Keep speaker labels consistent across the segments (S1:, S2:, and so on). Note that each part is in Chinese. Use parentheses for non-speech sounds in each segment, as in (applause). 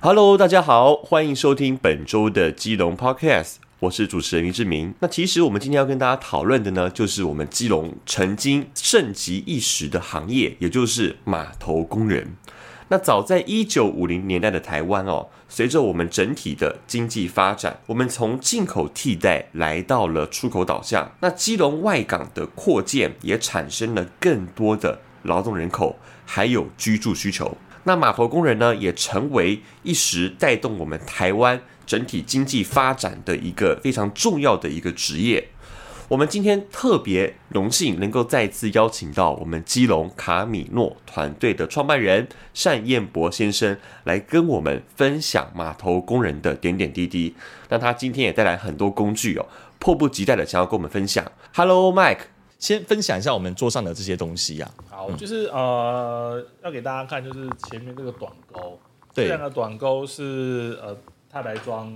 S1: Hello，大家好，欢迎收听本周的基隆 Podcast，我是主持人于志明。那其实我们今天要跟大家讨论的呢，就是我们基隆曾经盛极一时的行业，也就是码头工人。那早在一九五零年代的台湾哦，随着我们整体的经济发展，我们从进口替代来到了出口导向。那基隆外港的扩建也产生了更多的劳动人口，还有居住需求。那码头工人呢，也成为一时带动我们台湾整体经济发展的一个非常重要的一个职业。我们今天特别荣幸能够再次邀请到我们基隆卡米诺团队的创办人单彦博先生来跟我们分享码头工人的点点滴滴。那他今天也带来很多工具哦，迫不及待的想要跟我们分享。Hello Mike，
S2: 先分享一下我们桌上的这些东西
S1: 啊
S2: 呀、
S3: 好，就是呃，要给大家看，就是前面这个短钩，
S2: 对
S3: 这两个短钩是呃太白庄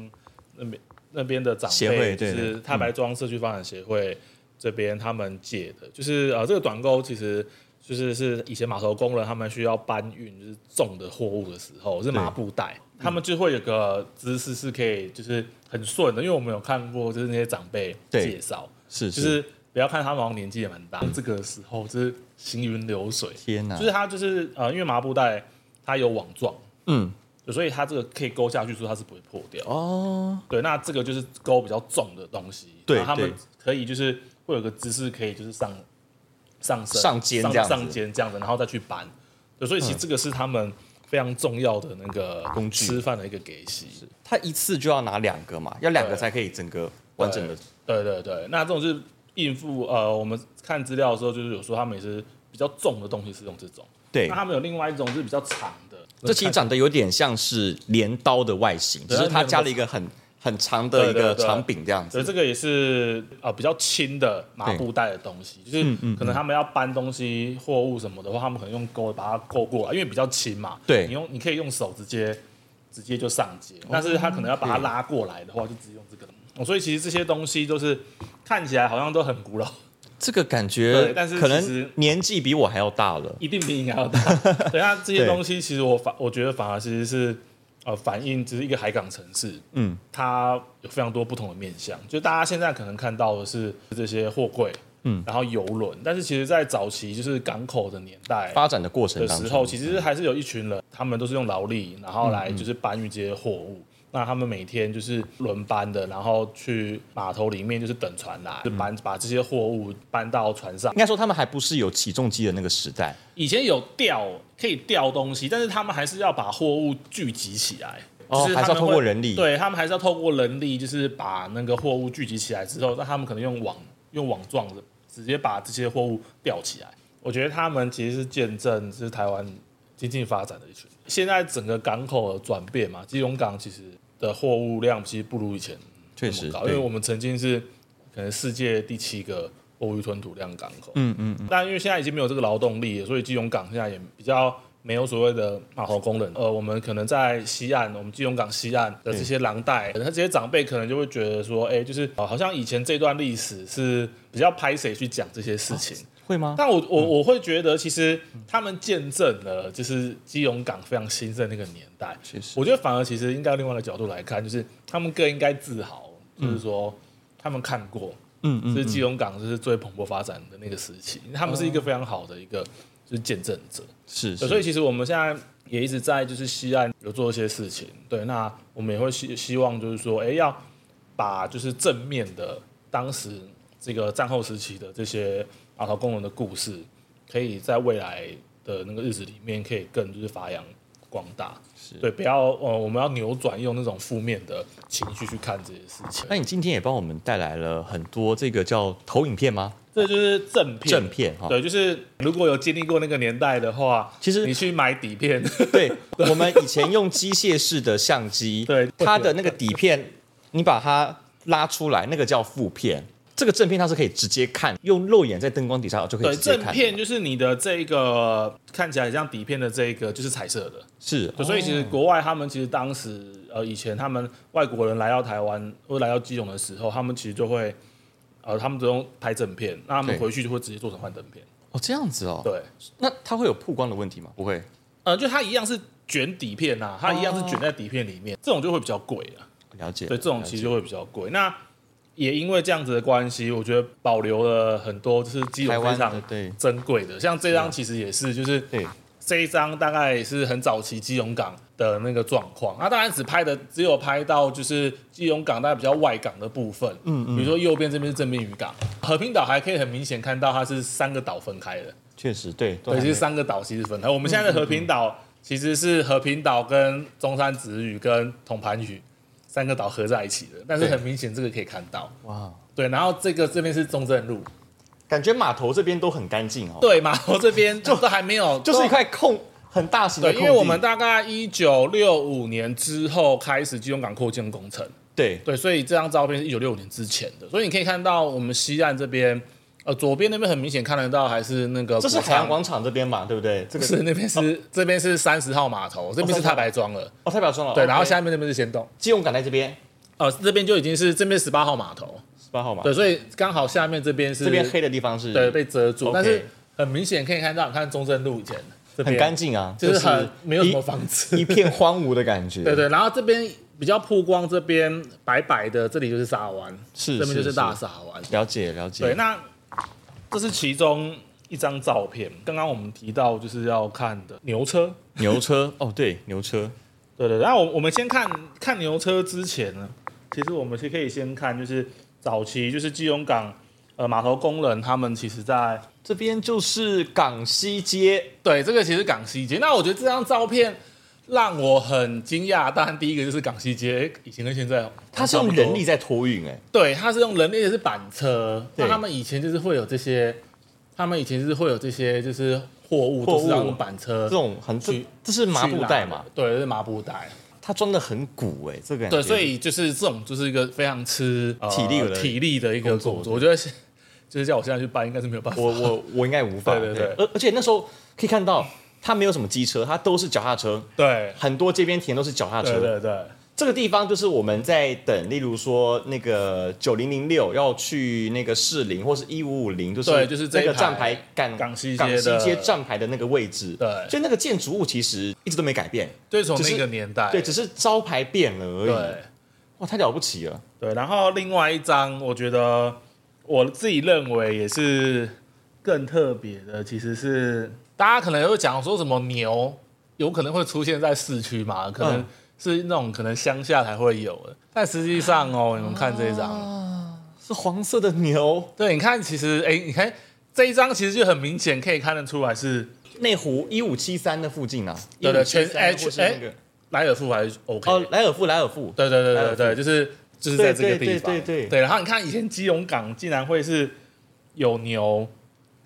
S3: 那边那边的长辈
S2: 协会对
S3: 是
S2: 对
S3: 太白庄社区发展协会这边他们借的，就是呃这个短钩其实。就是是以前码头工人他们需要搬运就是重的货物的时候是麻布袋，
S2: 嗯
S3: 他们就会有个姿势是可以就是很顺的，因为我们有看过就是那些长辈
S2: 对
S3: 介绍，
S2: 是
S3: 就是是不要看他们好像年纪也蛮大，这个时候就是行云流水，
S2: 天哪、
S3: 就是它就是呃，因为麻布袋它有网状，
S2: 嗯，
S3: 所以它这个可以勾下去，说它是不会破掉。
S2: 哦，
S3: 对，那这个就是勾比较重的东西，
S2: 对
S3: 然后他们
S2: 对
S3: 可以就是会有个姿势，可以就是上上升、
S2: 上肩这样
S3: 上
S2: 子
S3: 上肩这样子，嗯然后再去搬。对，所以其实这个是他们非常重要的那个
S2: 工具
S3: 吃饭的一个给息。
S2: 他一次就要拿两个嘛，要两个
S3: 对
S2: 才可以整个完整的。
S3: 对对对，那这种就是应付呃，我们看资料的时候，就是有说他们也是比较重的东西是用这种，
S2: 对
S3: 那，他们有另外一种是比较长的，
S2: 这其实长得有点像是镰刀的外形，只
S3: 对
S2: 是它加了一个很很长的一
S3: 对对
S2: 个
S3: 对
S2: 长柄这样
S3: 所以这
S2: 子。
S3: 个也是呃比较轻的麻布袋的东西，
S2: 嗯
S3: 就是可能他们要搬东西、货物什么的话，他们可能用钩把它勾过来，因为比较轻嘛。
S2: 对哦
S3: 你用你可以用手直接直接就上街，但是他可能要把它拉过来的话，就直接用这个。哦所以其实这些东西都是看起来好像都很古老，
S2: 这个感
S3: 对
S2: 觉
S3: 但是
S2: 可
S3: 其
S2: 能
S3: 实
S2: 年纪比我还要大了。
S3: 一定比你还要大。
S2: (laughs)
S3: 对啊，那这些东西其实我反我觉得反而其实是呃反映只是一个海港城市，
S2: 嗯，
S3: 它有非常多不同的面向。就大家现在可能看到的是这些货柜，嗯，然后游轮，但是其实在早期就是港口的年代。
S2: 发展的过程
S3: 的
S2: 当
S3: 时候，
S2: 中，嗯
S3: 其实还是有一群人，他们都是用劳力，然后来就是搬运这些货物。
S2: 嗯
S3: 那他们每天就是轮班的，然后去码头里面就是等船
S2: 嗯
S3: 来，就搬把这些货物搬到船上
S2: 应。该说他们还不是有起重机的那个时代。
S3: 以前有吊可以吊东西，但是他们还是要把货物聚集起来。
S2: 哦
S3: 就他们
S2: 还是要透过
S3: 会
S2: 人力
S3: 对他们还是要透过人力，就是把那个货物聚集起来之后，那他们可能用网用网状的直接把这些货物吊起来。我觉得他们其实是见证就是台湾经济发展的一群。现在整个港口的转变嘛，基隆港其实的货物量其实不如以前
S2: 确实
S3: 那么高，因
S2: 对
S3: 为我们曾经是可能世界第七个货物吞吐量港口。嗯嗯但因为现在已经没有这个劳动力了，所以基隆港现在也比较没有所谓的码头工人。呃，我们可能在西岸，我们基隆港西岸的这些廊带，他这些长辈可能就会觉得说，哎、就是、呃好像以前这段历史是比较拍谁去讲这些事情。
S2: 会吗？嗯
S3: 但我我我会觉得，其实他们见证了就是基隆港非常兴盛那个年代。
S2: 确实
S3: 我觉得反而其实应该另外的角度来看，就是他们更应该自豪，就是说他们看过，
S2: 嗯嗯哦
S3: 就是基隆港就是最蓬勃发展的那个时期，他们是一个非常好的一个就是见证者。
S2: 是，
S3: 对
S2: 是
S3: 所以其实我们现在也一直在就是西岸有做一些事情，对，那我们也会希希望就是说，哎，要把就是正面的当时这个战后时期的这些码头工人的故事，可以在未来的那个日子里面可以更就是发扬光大，对，不要呃，我们要扭转用那种负面的情绪去看这些事情。
S2: 那你今天也帮我们带来了很多这个叫投影片吗？
S3: 这就是正片，
S2: 正片哈
S3: 对，就是如果有经历过那个年代的话，
S2: 其实
S3: 你去买底片，
S2: (laughs) 对，我们以前用机械式的相机，
S3: (laughs) 对
S2: 它的那个底片，你把它拉出来，那个叫副片。这个正片它是可以直接看，用肉眼在灯光底下就可以
S3: 对，
S2: 直接
S3: 正
S2: 看的。
S3: 片就是你的这一个看起来很像底片的这一个就是彩色的，
S2: 是，
S3: 对所以其实国外他们其实当时呃以前他们外国人来到台湾或者来到基隆的时候，他们其实就会呃他们都用拍正片，那他们
S2: 对
S3: 回去就会直接做成幻灯片，
S2: 哦这样子哦。
S3: 对，
S2: 那它会有曝光的问题吗？不会，
S3: 呃就它一样是卷底片啊，它一样是卷在底片里面，这种就会比较贵啊。
S2: 了解。
S3: 对，这种其实
S2: 了解
S3: 就会比较贵。那也因为这样子的关系，我觉得保留了很多就是基
S2: 台
S3: 隆
S2: 湾
S3: 非
S2: 的
S3: 常
S2: 对
S3: 珍贵的，像这张其实也是，就是
S2: 对
S3: 这一张大概也是很早期基隆港的那个状况。那当然只拍的只有拍到就是基隆港大概比较外港的部分，嗯嗯，比如说右边这边是正面渔港，和平岛还可以很明显看到它是三个岛分开的，
S2: 确实对，都
S3: 对，
S2: 还
S3: 其
S2: 没嗯
S3: 实三个岛其实分开。我们现在的和平岛其实是和平岛跟中山子屿跟铜盘屿三个岛合在一起的，但是很明显这个可以看到。
S2: 哇，
S3: 对，然后这个这边是中正路，
S2: 感觉码头这边都很干净哦，
S3: 对，码头这边就都还没有，
S2: 就是一
S3: 都
S2: 块空很大型的
S3: 对，因
S2: 空地，
S3: 为我们大概一九六五年之后开始基隆港扩建工程，
S2: 对
S3: 对，所以这张照片是一九六五年之前的，所以你可以看到我们西岸这边，呃，左边那边很明显看得到还是那个
S2: 这是
S3: 国
S2: 海
S3: 昌
S2: 洋广场这边嘛，对不对？哦这
S3: 不
S2: 个
S3: 是那边是、这边是三十号码头，这边是太白庄了。
S2: 哦，太表庄了。
S3: 对，
S2: OK
S3: 然后下面那边是仙洞，
S2: 基隆港在这边，
S3: 呃，这边就已经是这边十八号码头，
S2: 十八号嘛，
S3: 对，所以刚好下面这边是
S2: 哦这边黑的地方是
S3: 对，被遮住
S2: OK，
S3: 但是很明显可以看到，你看中正路以前这边
S2: 很干，净啊，
S3: 就是很没有什
S2: 一
S3: 么房子，
S2: 一片荒芜的感
S3: (laughs)
S2: 觉。
S3: 对对，然后这边比较曝光，这边白白的，这里就是沙湾，
S2: 是
S3: 这边就是是
S2: 是
S3: 大沙湾，
S2: 了解了解。
S3: 对，那这是其中一张照片，刚刚我们提到就是要看的牛车，
S2: 牛车哦，对牛车，
S3: 对对，对然后我我们先看看牛车之前呢，其实我们是可以先看，就是早期就是基隆港呃码头工人他们其实在
S2: 这边就是港西街，
S3: 对这个其实港西街，那我觉得这张照片让我很惊讶。当然，第一个就是港西街以前跟现在
S2: 它是用
S3: 差不多
S2: 人力，在托运哎，
S3: 对，它是用人力也是板车，
S2: 对
S3: 那他们以前就是会有这些，他们以前就是会有这些就是货物
S2: 货物
S3: 都是要用板车
S2: 这种很这
S3: 去
S2: 这是麻布袋嘛
S3: 去，拉的，对，是麻布袋。
S2: 它装的很鼓哎，这个感觉
S3: 对，所以就是这种就是一个非常吃、呃
S2: 体力的
S3: 体力的一个工
S2: 工
S3: 作。
S2: 作
S3: 我觉得现就是叫我现在去搬，应该是没有办法。
S2: 我我我应该无法
S3: 对对对
S2: 而而且那时候可以看到，它没有什么机车，它都是脚踏车，
S3: 对
S2: 很多街边田都是脚踏
S3: 对
S2: 车。
S3: 对对
S2: 这个地方就是我们在等，例如说那个九零零六要去那个士林，或是一五五零，就是
S3: 对就是这
S2: 那
S3: 一
S2: 个
S3: 排
S2: 站牌港
S3: 港西街
S2: 港西
S3: 的
S2: 街站牌的那个位置。
S3: 对
S2: 所以那个建筑物其实一直都没改变，
S3: 就是从
S2: 只是
S3: 那个年代，
S2: 对，只是招牌变了而已。
S3: 哎对
S2: 哇，太了不起了！
S3: 对。然后另外一张，我觉得我自己认为也是更特别的，其实是大家可能会讲说什么牛有可能会出现在市区嘛，可能
S2: 嗯
S3: 是那种可能乡下才会有的，但实际上哦，你们看这一张。
S2: 是黄色的牛，
S3: 对，你看，其实哎、你看这一张其实就很明显可以看得出来是
S2: 内湖一五七三的附近啊，
S3: 对对全哎
S2: 1573或是那个
S3: 莱尔富还是 OK，、
S2: 哦，莱尔富，莱尔富，
S3: 对对对对
S2: 莱尔
S3: 对，
S2: 富
S3: 就是就是在这个地方，
S2: 对对对对对
S3: 然后你看以前基隆港竟然会是有牛，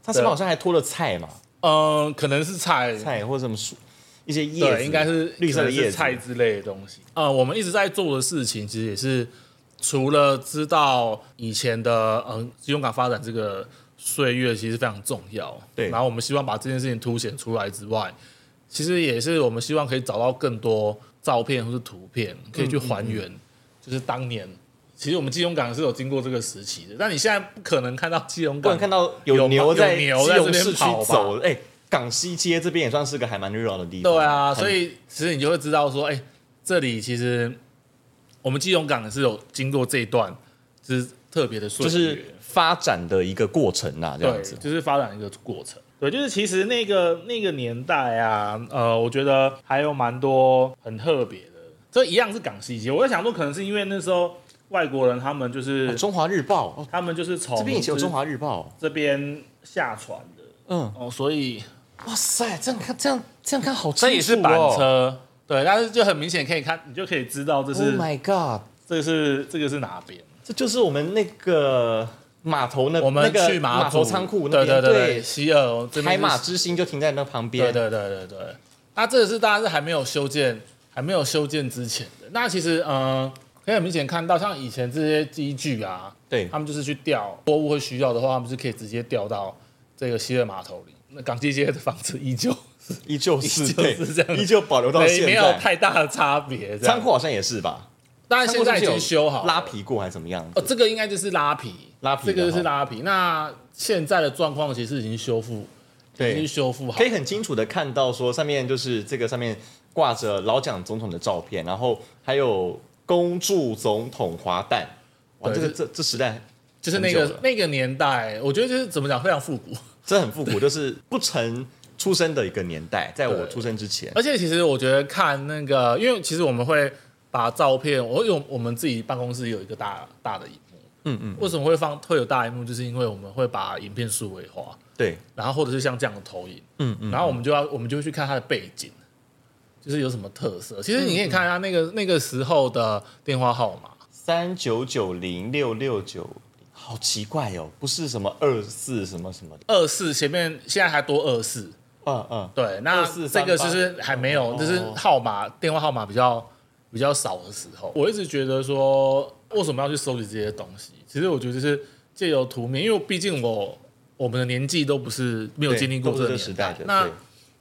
S2: 他身上好像还拖了菜嘛，
S3: 嗯、可能是菜，
S2: 菜或者什么树，一些叶子，
S3: 对，应该是
S2: 绿色
S3: 可
S2: 的
S3: 能是
S2: 叶子
S3: 菜之类的东西。呃，我们一直在做的事情，其实也是除了知道以前的嗯基隆港发展这个岁月，其实非常重要。
S2: 对
S3: 然后我们希望把这件事情凸显出来之外，其实也是我们希望可以找到更多照片或是图片，可以去还
S2: 嗯
S3: 原，就是当年。其实我们基隆港是有经过这个时期的，但你现在不可能看到基隆
S2: 不
S3: 港
S2: 能看到
S3: 有
S2: 有牛在
S3: 有
S2: 基
S3: 牛在这
S2: 隆
S3: 边
S2: 市区
S3: 跑吧
S2: 走，哎，港西街这边也算是个还蛮热闹的地方，
S3: 对啊，
S2: 很
S3: 所以其实你就会知道说，哎、这里其实我们基隆港是有经过这一段，就是特别的岁
S2: 就
S3: 月，
S2: 是发展的一个过程呐，这样子
S3: 对，，就是发展一个过程。对，就是其实那个那个年代啊，呃，我觉得还有蛮多很特别的。这一样是港西街，我在想说，可能是因为那时候外国人他们就是、
S2: 哦中华日报，哦
S3: 他们就是从
S2: 这边以前有
S3: 就是
S2: 中华日报，
S3: 这边下船的
S2: 嗯，
S3: 哦，所以
S2: 哇塞，这样看这样这样看好清楚
S3: 这
S2: 哦，
S3: 也是板车。对，但是就很明显可以看，你就可以知道这
S2: ，Oh
S3: 是
S2: my god，
S3: 这是这个是哪边？
S2: 这就是我们那个码头那
S3: 我们
S2: 那个
S3: 去
S2: 码
S3: 头
S2: 头仓库那
S3: 对
S2: 边，
S3: 对对，希尔这边
S2: 海
S3: 是
S2: 马之星就停在那旁边
S3: 对，对对对对。那这个是大家是还没有修建，还没有修建之前的。那其实嗯、呃可以很明显看到，像以前这些机具啊， (laughs)
S2: 对
S3: 他们就是去钓货物会需要的话，他们是可以直接钓到这个希尔码头里。那港机街的房子依旧
S2: 依旧 (laughs) 是
S3: (laughs)
S2: (laughs)
S3: 依旧是这样
S2: 依旧保留到
S3: 没
S2: 现
S3: 没有
S2: 在。
S3: 太大的差别。这样
S2: 仓库，好像也是吧？
S3: 当然现在已
S2: 仓库
S3: 经
S2: 是不是有
S3: 修好了
S2: 拉皮过还是怎么样？
S3: 哦，这个应该就是拉皮，
S2: 拉皮的
S3: 这个就
S2: 哈
S3: 是拉皮。那现在的状况其实已经修复，已经
S2: 对，
S3: 修复好
S2: 可以，很清楚的看到说上面就是这个上面挂着老蒋总统的照片，然后还有恭祝总统华诞。哇，这
S3: 对
S2: 个这这时代
S3: 就是那个
S2: 很久了
S3: 那个年代，我觉得就是怎么讲非常复古，
S2: 真的很复
S3: (laughs)
S2: 古，就是不曾出生的一个年代，在我
S3: 对
S2: 出生之前，
S3: 而且其实我觉得看那个，因为其实我们会把照片，我有我们自己办公室有一个大大的荧幕，
S2: 嗯嗯，
S3: 为什么会放会有大荧幕？就是因为我们会把影片数位化，
S2: 对，
S3: 然后或者是像这样的投影，
S2: 嗯嗯，
S3: 然后我们就要我们就会去看它的背景，就是有什么特色。其实你可
S2: 嗯
S3: 以看它那个那个时候的电话号码，
S2: 三九九零六六九，好奇怪哦，不是什么二四什么什么的，
S3: 二四前面现在还多二四，
S2: 嗯嗯，
S3: 对，那
S2: 2438
S3: 这个就是还没有，
S2: 哦
S3: 就是号码电话号码比较比较少的时候，我一直觉得说为什么要去收集这些东西？其实我觉得就是借由图面，因为毕竟我我们的年纪都不是没有
S2: 对
S3: 经历过
S2: 都
S3: 这个
S2: 是这
S3: 年
S2: 时代的，
S3: 那
S2: 对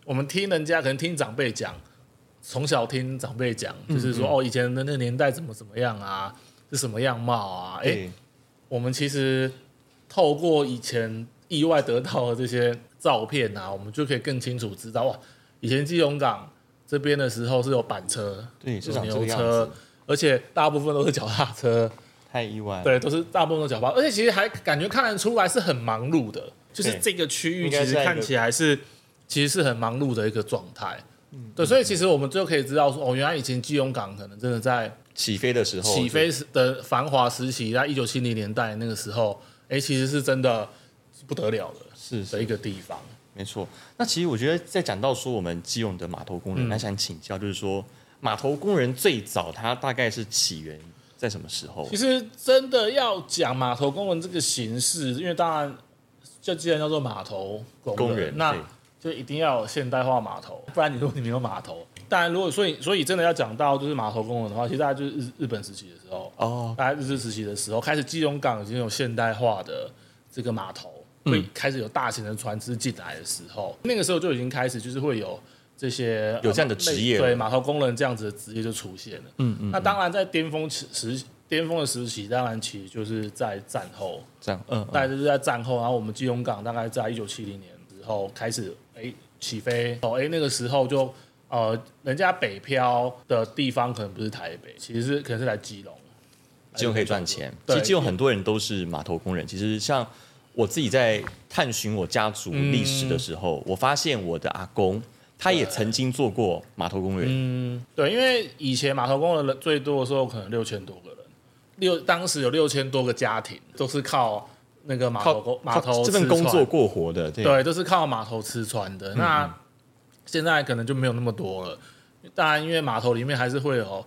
S3: 我们听人家可能听长辈讲，从小听长辈讲，就是说、哦，以前的那个年代怎么怎么样啊，是什么样貌啊？哎、
S2: 对
S3: 我们其实透过以前意外得到的这些照片啊，我们就可以更清楚知道哇，以前基隆港这边的时候是有板车，
S2: 对，是
S3: 有
S2: 长这个
S3: 牛
S2: 样
S3: 车
S2: 子，，
S3: 而且大部分都是脚踏车，
S2: 太意外了，
S3: 对，都是大部分都是脚踏，而且其实还感觉看得出来是很忙碌的，就是
S2: 对
S3: 这个区域
S2: 应
S3: 其
S2: 该
S3: 实
S2: 在一个
S3: 看起来是其实是很忙碌的一个状态。
S2: 嗯
S3: 对，所以其实我们就可以知道说，哦，原来以前基隆港可能真的在
S2: 起飞的时候，
S3: 起飞时的繁华时期，在一九七零年代那个时候，哎，其实是真的不得了的
S2: 是
S3: 的一个地方。
S2: 没错。那其实我觉得，在讲到说我们基隆的码头工
S3: 嗯
S2: 人，那、想请教，就是说码头工人最早它大概是起源在什么时候
S3: 其？实真的要讲码头工人这个形式，因为当然就既然叫做码头工人，
S2: 工人
S3: 那
S2: 对
S3: 就一定要有现代化码头，不然你说你没有码头。当然，如果所以所以真的要讲到就是码头工人的话，其实大概就是日日本时期的时候，
S2: 哦，
S3: 大概日治时期的时候，开始基隆港已经有现代化的这个码头，
S2: 嗯
S3: 会开始有大型的船只进来的时候，那个时候就已经开始就是会有这些呃
S2: 有这样的职业
S3: 对码头工人这样子的职业就出现了。
S2: 嗯嗯，
S3: 那当然，在巅峰时时巅峰的时期，当然其实就是在战后，
S2: 这样，嗯，
S3: 大概就是在战后，然后我们基隆港大概在一九七零年之后开始哎起飞哦，哎那个时候就呃，人家北漂的地方可能不是台北，其实是可能是来基隆。
S2: 基隆可以赚钱。其
S3: 对
S2: 实基隆很多人都是码头工人。其实像我自己在探寻我家族历史的时候，
S3: 嗯
S2: 我发现我的阿公他也曾经做过码头工人。
S3: 嗯对，因为以前码头工人最多的时候可能六千多个人，六当时有六千多个家庭都是靠那个码头工码头
S2: 这份
S3: 吃穿
S2: 工作过活的，对嗯
S3: 对，都是靠码头吃穿的。那现在可能就没有那么多了，当然因为码头里面还是会有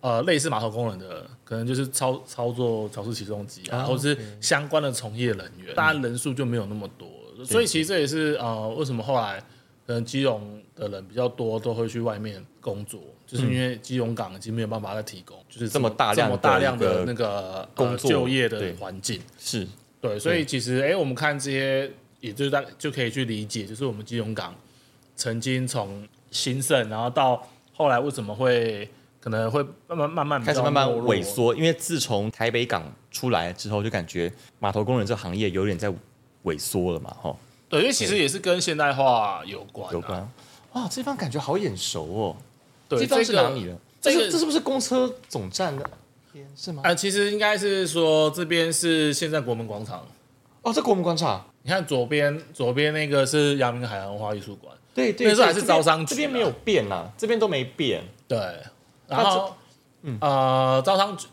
S3: 呃类似码头工人的，可能就是操操作桥式起重机啊，
S2: 啊
S3: 或者是相关的从业人员，当然人数就没有那么多了。所以其实这也是呃为什么后来可能基隆的人比较多都会去外面工作。就是因为基隆港已经没有办法再提供，就是
S2: 嗯这么大量
S3: 这么
S2: 的
S3: 大
S2: 一
S3: 量的
S2: 个
S3: 那个呃
S2: 工作
S3: 就业的
S2: 对
S3: 环境，
S2: 是
S3: 对，所以其实哎、诶我们看这些，也就是大就可以去理解，就是我们基隆港曾经从兴盛，然后到后来为什么会可能会慢慢慢慢比
S2: 开始
S3: 较
S2: 慢慢
S3: 没落
S2: 萎，缩，因为自从台北港出来之后，就感觉码头工人这行业有点在萎缩了嘛，吼，
S3: 对，因为其实也是跟现代化有关、啊，
S2: 有关。哇，这地方感觉好眼熟哦，
S3: 对，
S2: 这地方是
S3: 这
S2: 哪
S3: 个
S2: 里的？
S3: 这个
S2: 这是这是不是公车总站的边是吗？
S3: 啊、其实应该是说这边是现在国门广场，
S2: 哦，这国门广场。
S3: 你看左边左边那个是阳明海洋文化艺术馆，
S2: 对对，
S3: 那时候
S2: 对
S3: 还是
S2: 这边
S3: 招商局
S2: 这边
S3: 啊
S2: 没有变啦，这边都没变。
S3: 对，然后、
S2: 嗯
S3: 呃招商局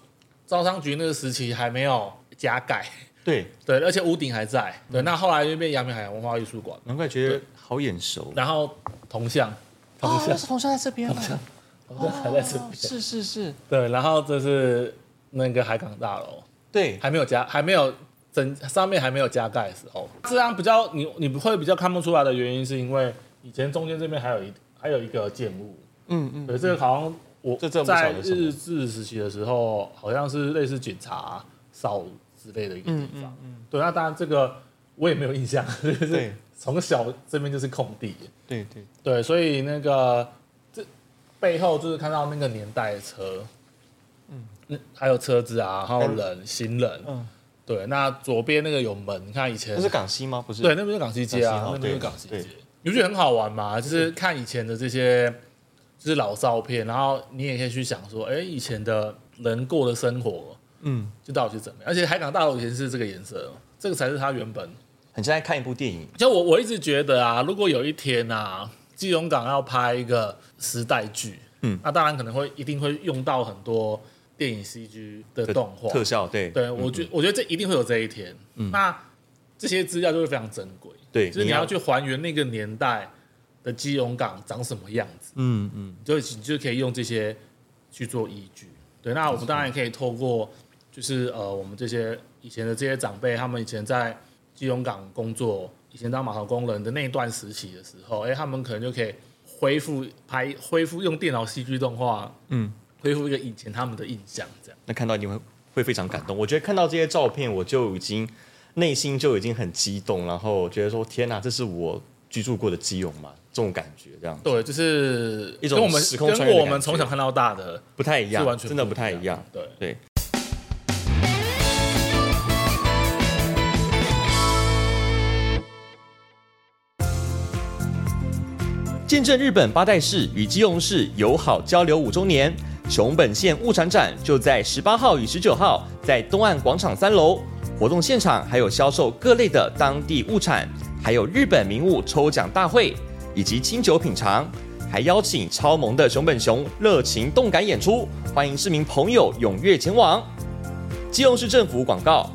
S3: 招商局那个时期还没有加盖。
S2: 对，
S3: 对，而且屋顶还在。对，
S2: 嗯
S3: 那后来就变阳明海洋文化艺术馆，
S2: 难怪觉得好眼熟。
S3: 然后铜像，铜
S2: 哦，
S3: 像
S2: 那，是同学在这边啊，
S3: 铜像还在这
S2: 哦
S3: 边。
S2: 是是是，
S3: 对，然后这是那个海港大楼，
S2: 对，
S3: 还没有加，还没有整上面还没有加盖的时候，这样比较你你不会比较看不出来的原因，是因为以前中间这边还有一还有一个建物，
S2: 嗯嗯，
S3: 对，这个好像我
S2: 这真的不晓
S3: 在
S2: 得什么
S3: 日治时期的时候，好像是类似警察哨之类的一个
S2: 嗯
S3: 地方。对，那当然这个我也没有印象， (laughs) 就是
S2: 对
S3: 从小这边就是空地。
S2: 对对，
S3: 对，所以那个这背后就是看到那个年代的车，嗯，还有车子啊，还有人、行人。
S2: 嗯
S3: 对，那左边那个有门，你看以前
S2: 那是港西吗？不是，
S3: 对，那边嗯是港西街啊
S2: 港西，哦
S3: 那边是
S2: 对
S3: 港西街
S2: 对，
S3: 你不觉得很好玩吗？就是看以前的这些就是老照片，然后你也可以去想说，哎，以前的人过的生活，嗯，就到底是怎么样？而且海港大楼以前是这个颜色，哦这个才是它原本。
S2: 很像在看一部电影，
S3: 就我我一直觉得啊，如果有一天啊，基隆港要拍一个时代剧，嗯，那当然可能会一定会用到很多电影 CG 的
S2: 特
S3: 动画
S2: 特嗯效，对
S3: 对，我觉我觉得这一定会有这一天。那这些资料就会非常珍贵，
S2: 嗯对
S3: 就是
S2: 你
S3: 你
S2: 要
S3: 要去还原那个年代的基隆港长什么样子，
S2: 嗯嗯，
S3: 就你就可以用这些去做依据。对，那我们当然也可以透过，就是呃，我们这些以前的这些长辈，他们以前在基隆港工作，以前当码头工人的那一段时期的时候，哎、他们可能就可以恢复拍恢复用电脑 CG 动画，
S2: 嗯，
S3: 恢复一个以前他们的印象，这样。
S2: 那看到你会会非常感动。我觉得看到这些照片，我就已经内心就已经很激动，然后觉得说天哪，这是我居住过的基隆嘛，这种感觉这样
S3: 对，就是
S2: 一种
S3: 跟我们
S2: 时空穿越的
S3: 跟我
S2: 感
S3: 们
S2: 觉
S3: 从小看到大的
S2: 不太一样
S3: 是，完全
S2: 真的
S3: 不一
S2: 不
S3: 样
S2: 太一样。
S3: 对
S2: 对，见证日本八代市与基隆市友好交流五周年，熊本县物产展就在十八号与十九号在东岸广场三楼。活动现场还有销售各类的当地物产，还有日本名物抽奖大会以及清酒品尝，还邀请超萌的熊本熊热情动感演出，欢迎市民朋友踊跃前往。基隆市政府广告。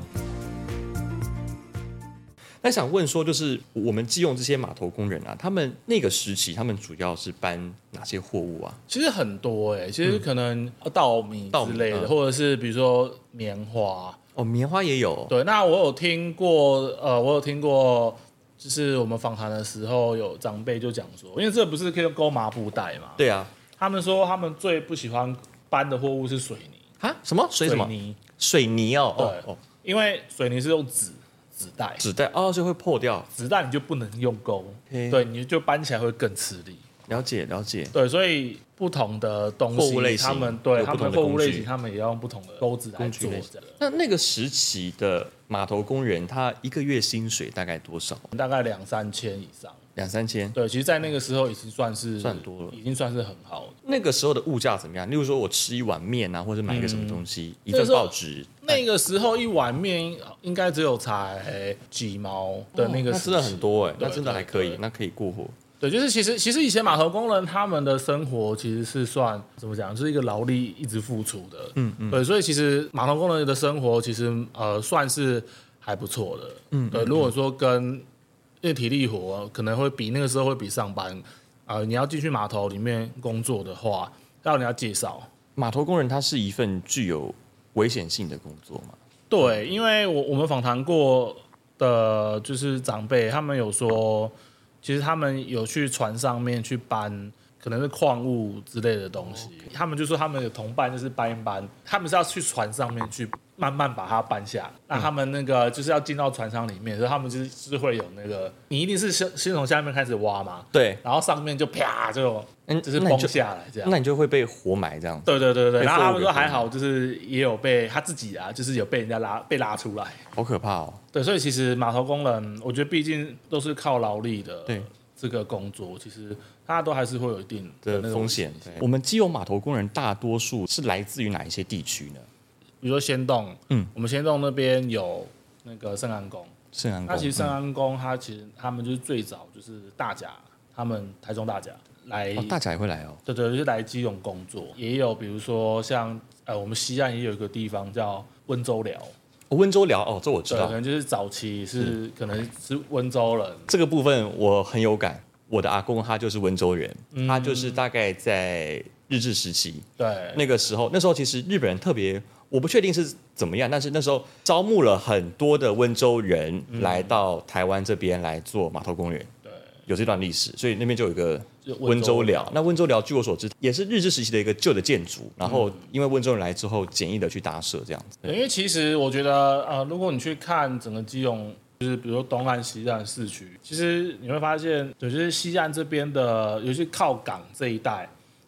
S2: 那想问说，就是我们基用这些码头工人啊，他们那个时期，他们主要是搬哪些货物啊？
S3: 其实很多哎、其实可能稻米
S2: 嗯稻米
S3: 之类的，
S2: 嗯
S3: 或者是比如说棉花。
S2: 哦，棉花也有，
S3: 对，那我有听过，呃，我有听过，就是我们访谈的时候有长辈就讲说，因为这不是可以勾麻布袋嘛，
S2: 对啊，
S3: 他们说他们最不喜欢搬的货物是水泥，
S2: 啊，什么水什么
S3: 泥，
S2: 水泥哦，
S3: 对
S2: 哦哦，
S3: 因为水泥是用纸纸袋，
S2: 纸袋哦，所以会破掉，
S3: 纸袋你就不能用勾，
S2: 嘿
S3: 对，你就搬起来会更吃力。
S2: 了解了解，
S3: 对，所以不同的东西，
S2: 货物类型
S3: 他们对
S2: 有
S3: 他
S2: 不同
S3: 们
S2: 的
S3: 货物
S2: 工
S3: 类
S2: 具
S3: 型，他们也要用不同的钩子来
S2: 工具
S3: 做
S2: 类
S3: 这样
S2: 那那个时期的码头工人，他一个月薪水大概多少？
S3: 大概两三千以上。
S2: 两三千。
S3: 对，其实，在那个时候已经算是
S2: 算多了
S3: 已经算是很好了。
S2: 那个时候的物价怎么样？例如说，我吃一碗面啊，或者买一个什么东西，一
S3: 那
S2: 份
S3: 个时候
S2: 报纸，
S3: 那个时候一碗面应该只有才几毛的哦那个
S2: 那
S3: 时期、
S2: 真的很多哎、那
S3: 对
S2: 真的
S3: 对
S2: 还可以
S3: 对，
S2: 那可以过活。
S3: 对，就是其实其实以前码头工人他们的生活其实是算怎么讲，就是一个劳力一直付出的。嗯嗯。对，所以其实码头工人的生活其实呃算是还不错的。嗯。对，如果说跟因为体力活可能会比那个时候会比上班，呃，你要进去码头里面工作的话，要人家介绍。
S2: 码头工人他是一份具有危险性的工作嘛？
S3: 对，因为我我们访谈过的就是长辈，他们有说，其实他们有去船上面去搬，可能是矿物之类的东
S2: 哦
S3: 西。他们就说他们的同伴就是搬一搬，他们是要去船上面去慢慢把它搬下来。
S2: 嗯
S3: 那他们那个就是要进到船舱里面，所以他们就是就是会有那个，你一定是先先从下面开始挖嘛，
S2: 对，
S3: 然后上面就啪就有
S2: 嗯
S3: 就是
S2: 那你
S3: 崩
S2: 就
S3: 下来这样。
S2: 那你就会被活埋这样子，
S3: 对对对对，
S2: 被
S3: 然后他
S2: 迫
S3: 们
S2: 给
S3: 说
S2: 分
S3: 还好，就是也有被他自己啊，就是有被人家拉被拉出来。
S2: 好可怕哦！
S3: 对，所以其实码头工人，我觉得毕竟都是靠劳力的，
S2: 对
S3: 这个工作，其实大家都还是会有一定的
S2: 的
S3: 那种
S2: 风险
S3: 对。
S2: 我们基隆码头工人大多数是来自于哪一些地区呢？
S3: 比如说仙洞，
S2: 嗯，
S3: 我们仙洞那边有那个圣安宫，
S2: 圣安宫
S3: 那其实圣
S2: 嗯
S3: 安宫它其实他们就是最早就是大甲，他们台中大甲来，
S2: 哦，大甲也会来哦。
S3: 对对，就是来基隆工作，也有比如说像呃我们西岸也有一个地方叫温州寮，
S2: 哦温州寮哦，这我知
S3: 对，
S2: 道
S3: 可。能就是早期是可能是温州人，
S2: 这个部分我很有感，我的阿公他就是温州人，
S3: 嗯
S2: 他就是大概在日治时期
S3: 对，
S2: 那个时候，那时候其实日本人特别，我不确定是怎么样，但是那时候招募了很多的温州人来到台湾这边来做码头工人，
S3: 嗯对，
S2: 有这段历史，所以那边就有一个
S3: 就温
S2: 温
S3: 州
S2: 州寮。那温州寮据我所知也是日治时期的一个旧的建筑，
S3: 嗯
S2: 然后因为温州人来之后简易的去搭设这样子。
S3: 对因为其实我觉得，呃，如果你去看整个基隆，就是比如说东岸、西岸市区，其实你会发现，对就是西岸这边的，尤其靠港这一带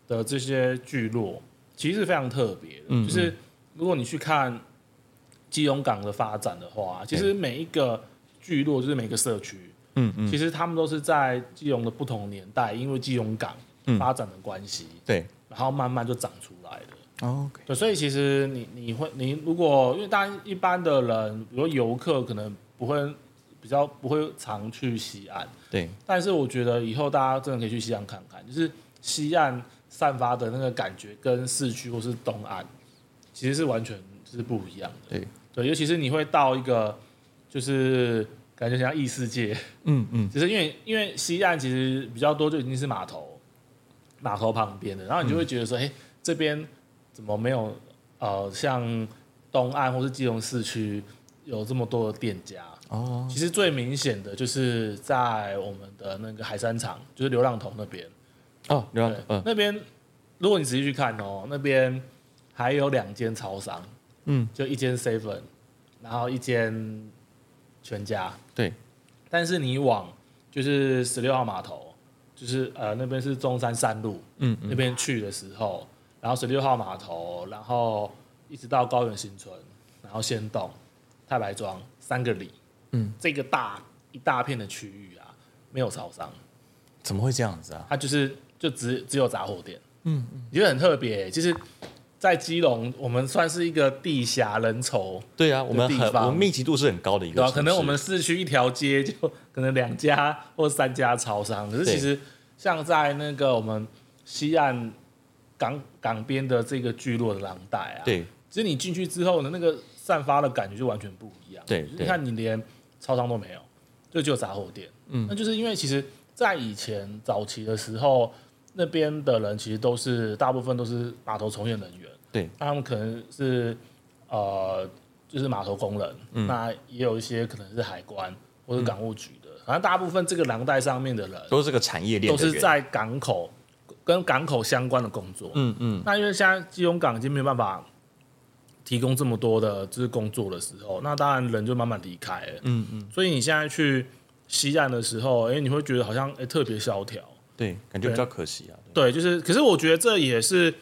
S3: 的这些聚落，其实是非常特别的。
S2: 嗯
S3: 就是如果你去看基隆港的发展的话，其实每一个聚落，就是每个社区，
S2: 嗯
S3: 嗯，其实他们都是在基隆的不同年代，因为基隆港，发展的关系，
S2: 对
S3: 然后慢慢就长出来的。
S2: ，OK，
S3: 对，所以其实你你会你如果因为当然一般的人，比如游客可能不会比较不会常去西岸，
S2: 对，
S3: 但是我觉得以后大家真的可以去西岸看看，就是西岸散发的那个感觉跟市区或是东岸其实是完全是不一样的。
S2: 对
S3: 对，尤其是你会到一个就是感觉像异世界，
S2: 嗯嗯，
S3: 其实因为因为西岸其实比较多就已经是码头，码头旁边的，然后你就会觉得说，哎、这边怎么没有呃像东岸或是基隆市区有这么多的店家？
S2: 哦，
S3: 其实最明显的就是在我们的那个海山场，就是流浪头那边，
S2: 哦，流浪
S3: 对
S2: 狗，，嗯
S3: 那边如果你仔细去看哦，那边还有两间超商，
S2: 嗯，
S3: 就一间 Seven，然后一间全家，
S2: 对，
S3: 但是你往就是十六号码头，就是呃那边是中山三路
S2: 嗯
S3: 那
S2: 嗯，
S3: 边去的时候，然后十六号码头，然后一直到高原新村，然后仙洞、太白庄三个里，
S2: 嗯，
S3: 这个大一大片的区域啊，没有超商，
S2: 怎么会这样子啊？
S3: 它就是就只只有杂货店，
S2: 嗯
S3: 嗯，觉得很特别、其实，在基隆，我们算是一个地狭人稠，
S2: 对啊，我们
S3: 地
S2: 很
S3: 方
S2: 我们密集度是很高的一
S3: 对
S2: 个
S3: 吧、
S2: 城市，
S3: 可能我们市区一条街就可能两家或三家超商，可是
S2: 对
S3: 其实像在那个我们西岸港港边的这个聚落的廊带啊，，
S2: 对
S3: 其实你进去之后呢，那个散发的感觉就完全不一样。
S2: 对
S3: 就是
S2: 对
S3: 你看你连超商都没有，就只有杂货店。嗯，那就是因为其实，在以前早期的时候，那边的人其实都是大部分都是码头从业人员。
S2: 对，
S3: 那他们可能是呃，就是码头工人，
S2: 嗯
S3: 那也有一些可能是海关或者港务局的，反正大部分这个廊带上面的人
S2: 都是这个产业链
S3: 都
S2: 的人，
S3: 是在港口跟港口相关的工作。
S2: 嗯嗯，
S3: 那因为现在基隆港已经没有办法提供这么多的就是工作的时候，那当然人就慢慢离开了。嗯嗯，所以你现在去西岸的时候，哎、你会觉得好像哎、诶特别萧条。
S2: 对，感觉
S3: 对
S2: 比较可惜啊。对
S3: 对，就是，可是我觉得这也是，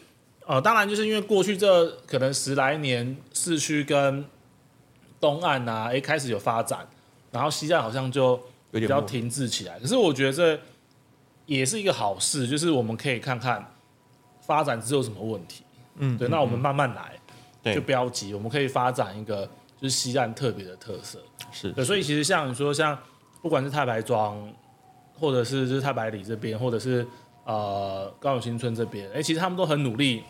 S3: 呃，当然就是因为过去这可能十来年市区跟东岸啊，哎、开始有发展，然后西岸好像就
S2: 有
S3: 比
S2: 点
S3: 较
S2: 木
S3: 停滞起来。可是我觉得这也是一个好事，就是我们可以看看发展之后有什么问题。嗯，对，那我们慢慢来，
S2: 对
S3: 就不要急，我们可以发展一个就是西岸特别的特色。
S2: 是
S3: 对，所以其实像你说，像不管是太白庄，或者是就是太白里这边，或者是呃高永新村这边，哎、其实他们都很努力，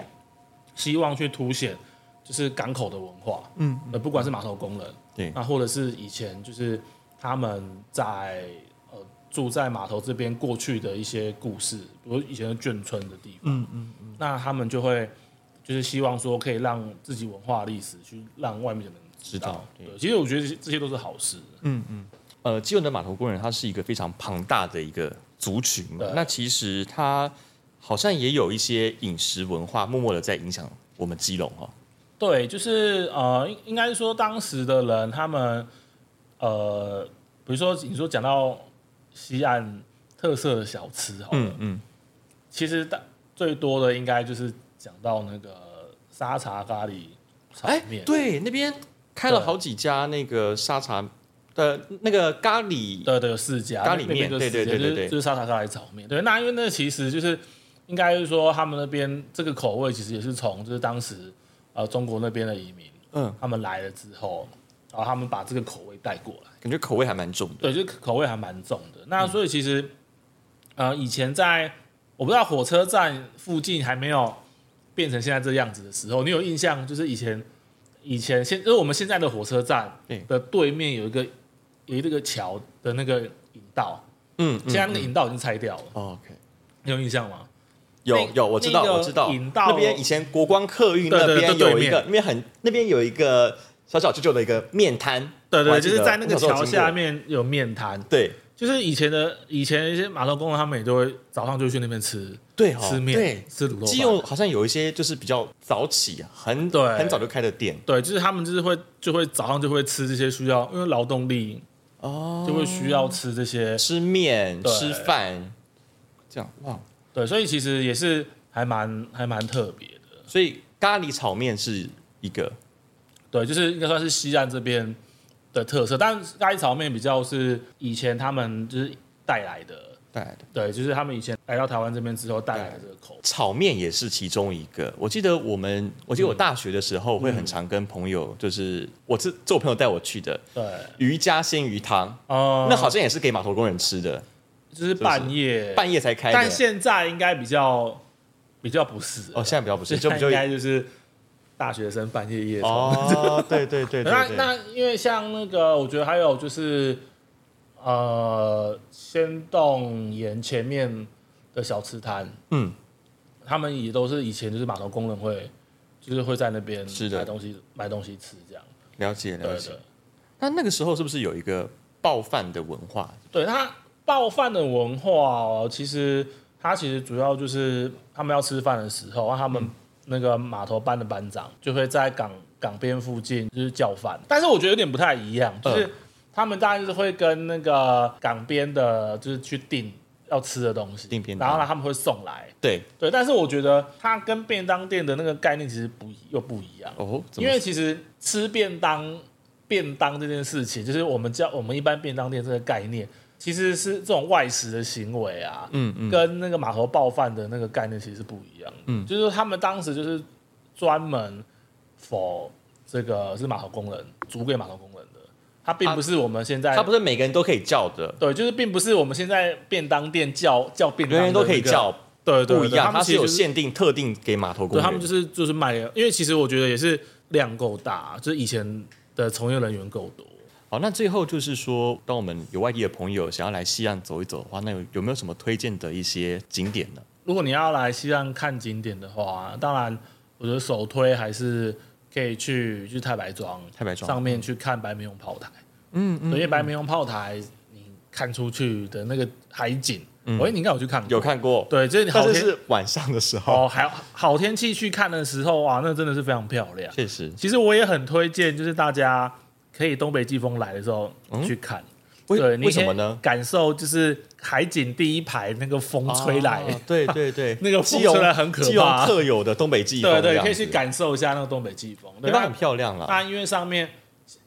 S3: 希望去凸显就是港口的文化。嗯，呃，不管是码头工人，
S2: 对
S3: 那或者是以前就是他们在呃住在码头这边过去的一些故事，比如以前的眷村的地方。嗯嗯嗯，那他们就会。就是希望说可以让自己文化历史去让外面的人
S2: 知道对
S3: 对，其实我觉得这些都是好事。
S2: 呃，基隆的码头工人他是一个非常庞大的一个族群嘛
S3: 对，
S2: 那其实他好像也有一些饮食文化默默的在影响我们基隆哦。
S3: 对，就是呃，应应该是说当时的人，他们呃，比如说你说讲到西岸特色的小吃好了，
S2: 嗯嗯，
S3: 其实大最多的应该就是讲到那个沙茶咖喱炒
S2: 哎
S3: 面，，
S2: 对，那边开了
S3: 对
S2: 好几家那个沙茶的那个咖喱，
S3: 对对，有四家
S2: 咖喱
S3: 那边
S2: 面
S3: 就
S2: 对
S3: 四
S2: 对
S3: 家
S2: 对对
S3: 就是
S2: 对
S3: 就是沙茶咖喱炒面。对，那因为那其实就是应该是说他们那边这个口味其实也是从就是当时呃中国那边的移民
S2: 嗯，
S3: 他们来了之后，然后他们把这个口味带过来。
S2: 感觉口味还蛮重的。
S3: 对，就口味还蛮重的。那所以其实，呃，以前在我不知道火车站附近还没有变成现在这样子的时候，你有印象？就是以前以前现就是我们现在的火车站
S2: 对
S3: 的对面有一个有一个桥的那个引道，
S2: 嗯，
S3: 现在那个引道已经拆掉了，
S2: 哦 OK，
S3: 你有印象吗？
S2: 有
S3: 那
S2: 有，我知道
S3: 那个
S2: 我知道，
S3: 引道
S2: 那边以前国光客运
S3: 对
S2: 那
S3: 对对
S2: 边
S3: 对
S2: 有
S3: 对
S2: 一个，那边很那边有一个小小旧旧的一个面摊，
S3: 对
S2: 我还
S3: 对，
S2: 记
S3: 就是
S2: 得
S3: 在那个
S2: 我小时候
S3: 桥
S2: 经过
S3: 下面有面摊，
S2: 对
S3: 就是以前的以前一些码头工人他们也都会早上就去那边吃
S2: 对哦，
S3: 吃
S2: 对
S3: 面，吃卤肉
S2: 基
S3: 饭
S2: 隆好像有一些就是比较早起，很
S3: 对
S2: 很早就开的店
S3: 对，就是他们就是会就会早上就会吃这些需要，因为劳动力
S2: 哦，
S3: 就会需要吃这些，
S2: 吃面、
S3: 对
S2: 吃饭，这样哇。
S3: 对，所以其实也是还蛮还蛮特别的，
S2: 所以咖喱炒面是一个
S3: 对，就是应该算是西岸这边的特色，但是咖喱炒面比较是以前他们就是带来的，
S2: 带来的。
S3: 对，就是他们以前来到台湾这边之后带来的这个口味。
S2: 炒面也是其中一个。我记得我们，我
S3: 嗯
S2: 记得我大学的时候会很常跟朋友，就是我是做朋友带我去的
S3: 对，
S2: 渔家鲜鱼汤，
S3: 哦、
S2: 那好像也是给码头工人吃的，
S3: 就是半夜，
S2: 半夜才开
S3: 但
S2: 的。
S3: 现在应该比较比较不是
S2: 哦，现在比较不是，
S3: 就
S2: 就比
S3: 应
S2: 较
S3: 该就是大学生半夜夜冲。
S2: 哦，对对对对
S3: 那
S2: 对，
S3: 那因为像那个，我觉得还有就是，呃，仙洞岩前面的小吃摊，
S2: 嗯，
S3: 他们也都是以前就是码头工人会，就是会在那边
S2: 是的
S3: 买东西买东西吃这样。
S2: 了解
S3: 对
S2: 了解
S3: 对。
S2: 那那个时候是不是有一个爆饭的文化？
S3: 对，它爆饭的文化、哦，其实它其实主要就是他们要吃饭的时候，啊然后他
S2: 嗯
S3: 们那个码头班的班长就会在港港边附近就是叫饭，但是我觉得有点不太一样，就是
S2: 嗯
S3: 他们当然是会跟那个港边的，就是去订要吃的东西，
S2: 订便当
S3: 然后呢他们会送来。
S2: 对，
S3: 对，但是我觉得它跟便当店的那个概念其实不一又不一样。
S2: 哦，怎
S3: 因
S2: 么
S3: 为其实吃便当，便当这件事情，就是我们叫我们一般便当店这个概念，其实是这种外食的行为啊，
S2: 嗯嗯，
S3: 跟那个码头爆饭的那个概念其实是不一样的。
S2: 嗯
S3: 就是他们当时就是专门否这个是码头工人，租给码头工人的，他并不是我们现在。
S2: 啊它不是每个人都可以叫的，
S3: 对，就是并不是我们现在便当店叫叫便当
S2: 人
S3: 的
S2: 人都可以
S3: 那个，
S2: 叫，
S3: 对对
S2: 不
S3: 对，
S2: 一样，
S3: 他
S2: 它
S3: 们其
S2: 是
S3: 实
S2: 有
S3: 就是
S2: 限定特定给码头工
S3: 对
S2: 人。
S3: 他们就是就是卖给，因为其实我觉得也是量够大，就是以前的从业人员够多。
S2: 好，那最后就是说，当我们有外地的朋友想要来西岸走一走的话，那有有没有什么推荐的一些景点呢？
S3: 如果你要来西岸看景点的话，当然我觉得首推还是可以去去太白庄
S2: 太白庄
S3: 上面去看白眉龙炮台。嗯嗯，因为白眉龙炮台你看出去的那个海景，喂、你应该有去看过，
S2: 嗯有看过，
S3: 对，就是你
S2: 但
S3: 好
S2: 是
S3: 天
S2: 是晚上的时候，
S3: 哦，还好好天气去看的时候哇，那真的是非常漂亮。
S2: 确实。
S3: 其实我也很推荐，就是大家可以东北季风来的时候
S2: 嗯
S3: 去看。
S2: 为
S3: 对，你
S2: 为什
S3: 可以
S2: 么呢？
S3: 感受就是海景第一排那个风吹来，
S2: 哦对对
S3: (laughs)
S2: 对，
S3: 那个风
S2: 基隆
S3: 吹来很可怕
S2: 基隆特有的东北季风
S3: 对
S2: 这样子，
S3: (laughs) 对，可以去感受一下那个东北季风。对，
S2: 对
S3: 啊
S2: 吧？
S3: 那
S2: 很漂亮啦。
S3: 那因为上面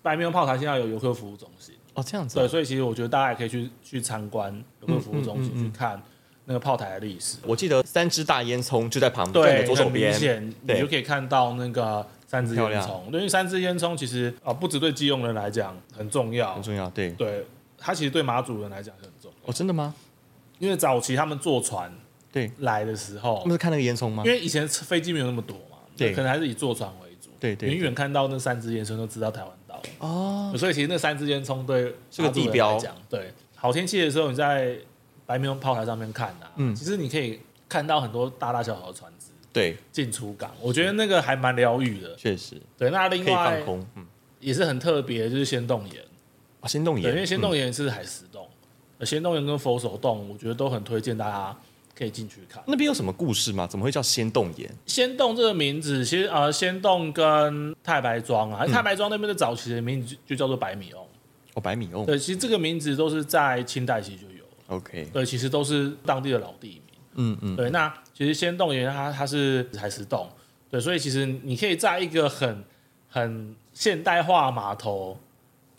S3: 白面炮台现在有游客服务中心，
S2: 哦，这样子
S3: 对，
S2: 啊，
S3: 所以其实我觉得大家也可以去去参观游客服务中心，去看那个炮台的历史。
S2: 我记得三只大烟囱就在旁嗯边，在你
S3: 对，
S2: 的左手
S3: 很明
S2: 边，
S3: 显你
S2: 对
S3: 就可以看到那个三支
S2: 漂
S3: 烟
S2: 亮
S3: 囱。对因为三支烟囱其实啊，不只对基隆人来讲很重要
S2: 很，重要。对，
S3: 对，它其实对马祖人来讲很重要，
S2: 哦，真的吗？
S3: 因为早期他们坐船
S2: 对，
S3: 来的时
S2: 他
S3: 候
S2: 们，是看那个烟囱吗
S3: 哦因？为以前飞机没有那么多嘛，
S2: 对
S3: 可能还是以坐船为主。
S2: 对对
S3: 你远看到那三支烟囱就知道台湾岛了
S2: 哦，
S3: 所以其实那三支烟囱对
S2: 是个
S3: 马祖人
S2: 地标
S3: 来讲，对，好天气的时候你在白明炮台上面看啊，
S2: 嗯
S3: 其实你可以看到很多大大小小的船只
S2: 对，
S3: 进出港，我觉得那个还蛮疗愈的。
S2: 确实
S3: 对，那另
S2: 可以放
S3: 外
S2: 空。嗯，
S3: 也是很特别，就是仙洞岩。
S2: 哦，先动
S3: 对，
S2: 眼，
S3: 因为仙
S2: 嗯
S3: 洞岩是海石洞，呃仙洞岩跟佛手洞，我觉得都很推荐大家可以进去看。
S2: 那边有什么故事吗？怎么会叫先动眼？
S3: 仙洞这个名字，其实呃，仙洞跟太白庄啊，太白庄那边的早期的名字就就叫做白米翁。
S2: 哦，白米瓮。
S3: 对，其实这个名字都是在清代其实就有了，
S2: OK，
S3: 对，其实都是当地的老地名。
S2: 嗯嗯，
S3: 对，那其实仙洞岩它它是海石洞，对，所以其实你可以在一个很很现代化码头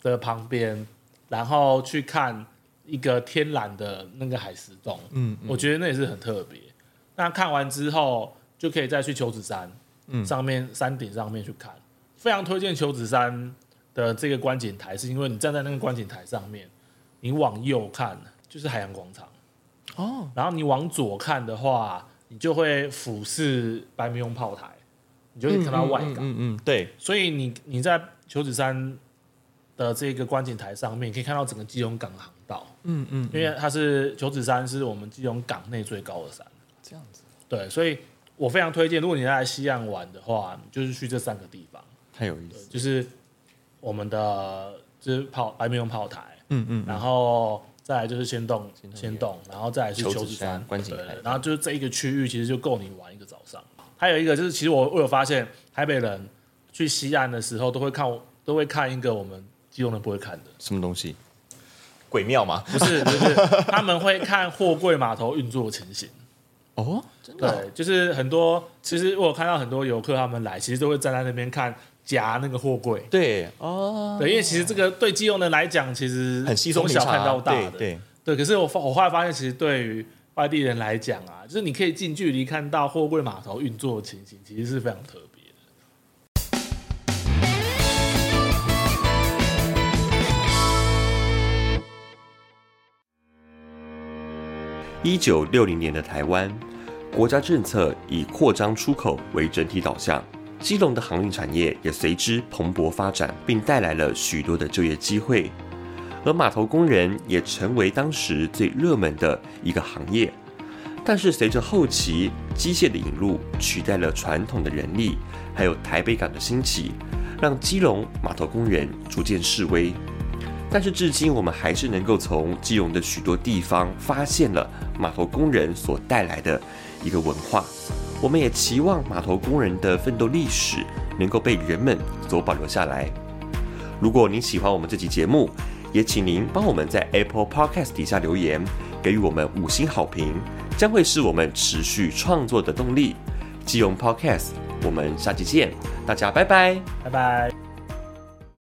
S3: 的旁边，然后去看一个天然的那个海石洞，
S2: 嗯，
S3: 我觉得那也是很特别。那看完之后，就可以再去求子山，嗯，上面山顶上面去看，非常推荐求子山的这个观景台，是因为你站在那个观景台上面，你往右看就是海洋广场。
S2: 哦，
S3: 然后你往左看的话，你就会俯视白明用炮台，你就会看到外港。
S2: 嗯嗯，对，
S3: 所以你你在求子山的这个观景台上面，你可以看到整个基隆港航道，
S2: 嗯嗯，
S3: 因为它是求子山是我们基隆港内最高的山。
S2: 这样子
S3: 对，所以我非常推荐，如果你来西岸玩的话，就是去这三个地方，
S2: 太有意思。
S3: 就是我们的就是炮白明用炮台，
S2: 嗯嗯，
S3: 然后再来就是先动
S2: 先动
S3: 先动，然后再来是
S2: 求
S3: 求
S2: 子
S3: 子
S2: 山
S3: 山
S2: 观景
S3: 对
S2: 台
S3: 然后就是这一个区域其实就够你玩一个早上。还有一个就是，其实我我有发现，台北人去西岸的时候都会看我都会看一个我们基隆人不会看
S2: (laughs)
S3: 的，
S2: 什么东西？鬼庙吗？
S3: 不是，就是他们会看货柜码头运作情形。
S2: 哦，真的哦
S3: 对，就是很多，其实我有看到很多游客他们来，其实都会站在那边看夹那个货柜。
S2: 对哦，
S3: 对，因为其实这个对基隆人来讲，其实
S2: 很稀松
S3: 从
S2: 平
S3: 小
S2: 常啊，
S3: 看到大的，
S2: 对对，
S3: 对，可是我发我后来发现，其实对于外地人来讲啊，就是你可以近距离看到货柜码头运作的情形，其实是非常特别的。
S1: 一九六零年的台湾，国家政策以扩张出口为整体导向，基隆的航运产业也随之蓬勃发展，并带来了许多的就业机会。而码头工人也成为当时最热门的一个行业。但是随着后期机械的引入，取代了传统的人力，还有台北港的兴起，让基隆码头工人逐渐式微。但是至今，我们还是能够从基隆的许多地方发现了码头工人所带来的一个文化。我们也期望码头工人的奋斗历史能够被人们所保留下来。如果您喜欢我们这期节目，也请您帮我们在 Apple Podcast 底下留言，给予我们五星好评，将会是我们持续创作的动力。基隆 Podcast，我们下期见，大家拜拜。
S3: 拜拜。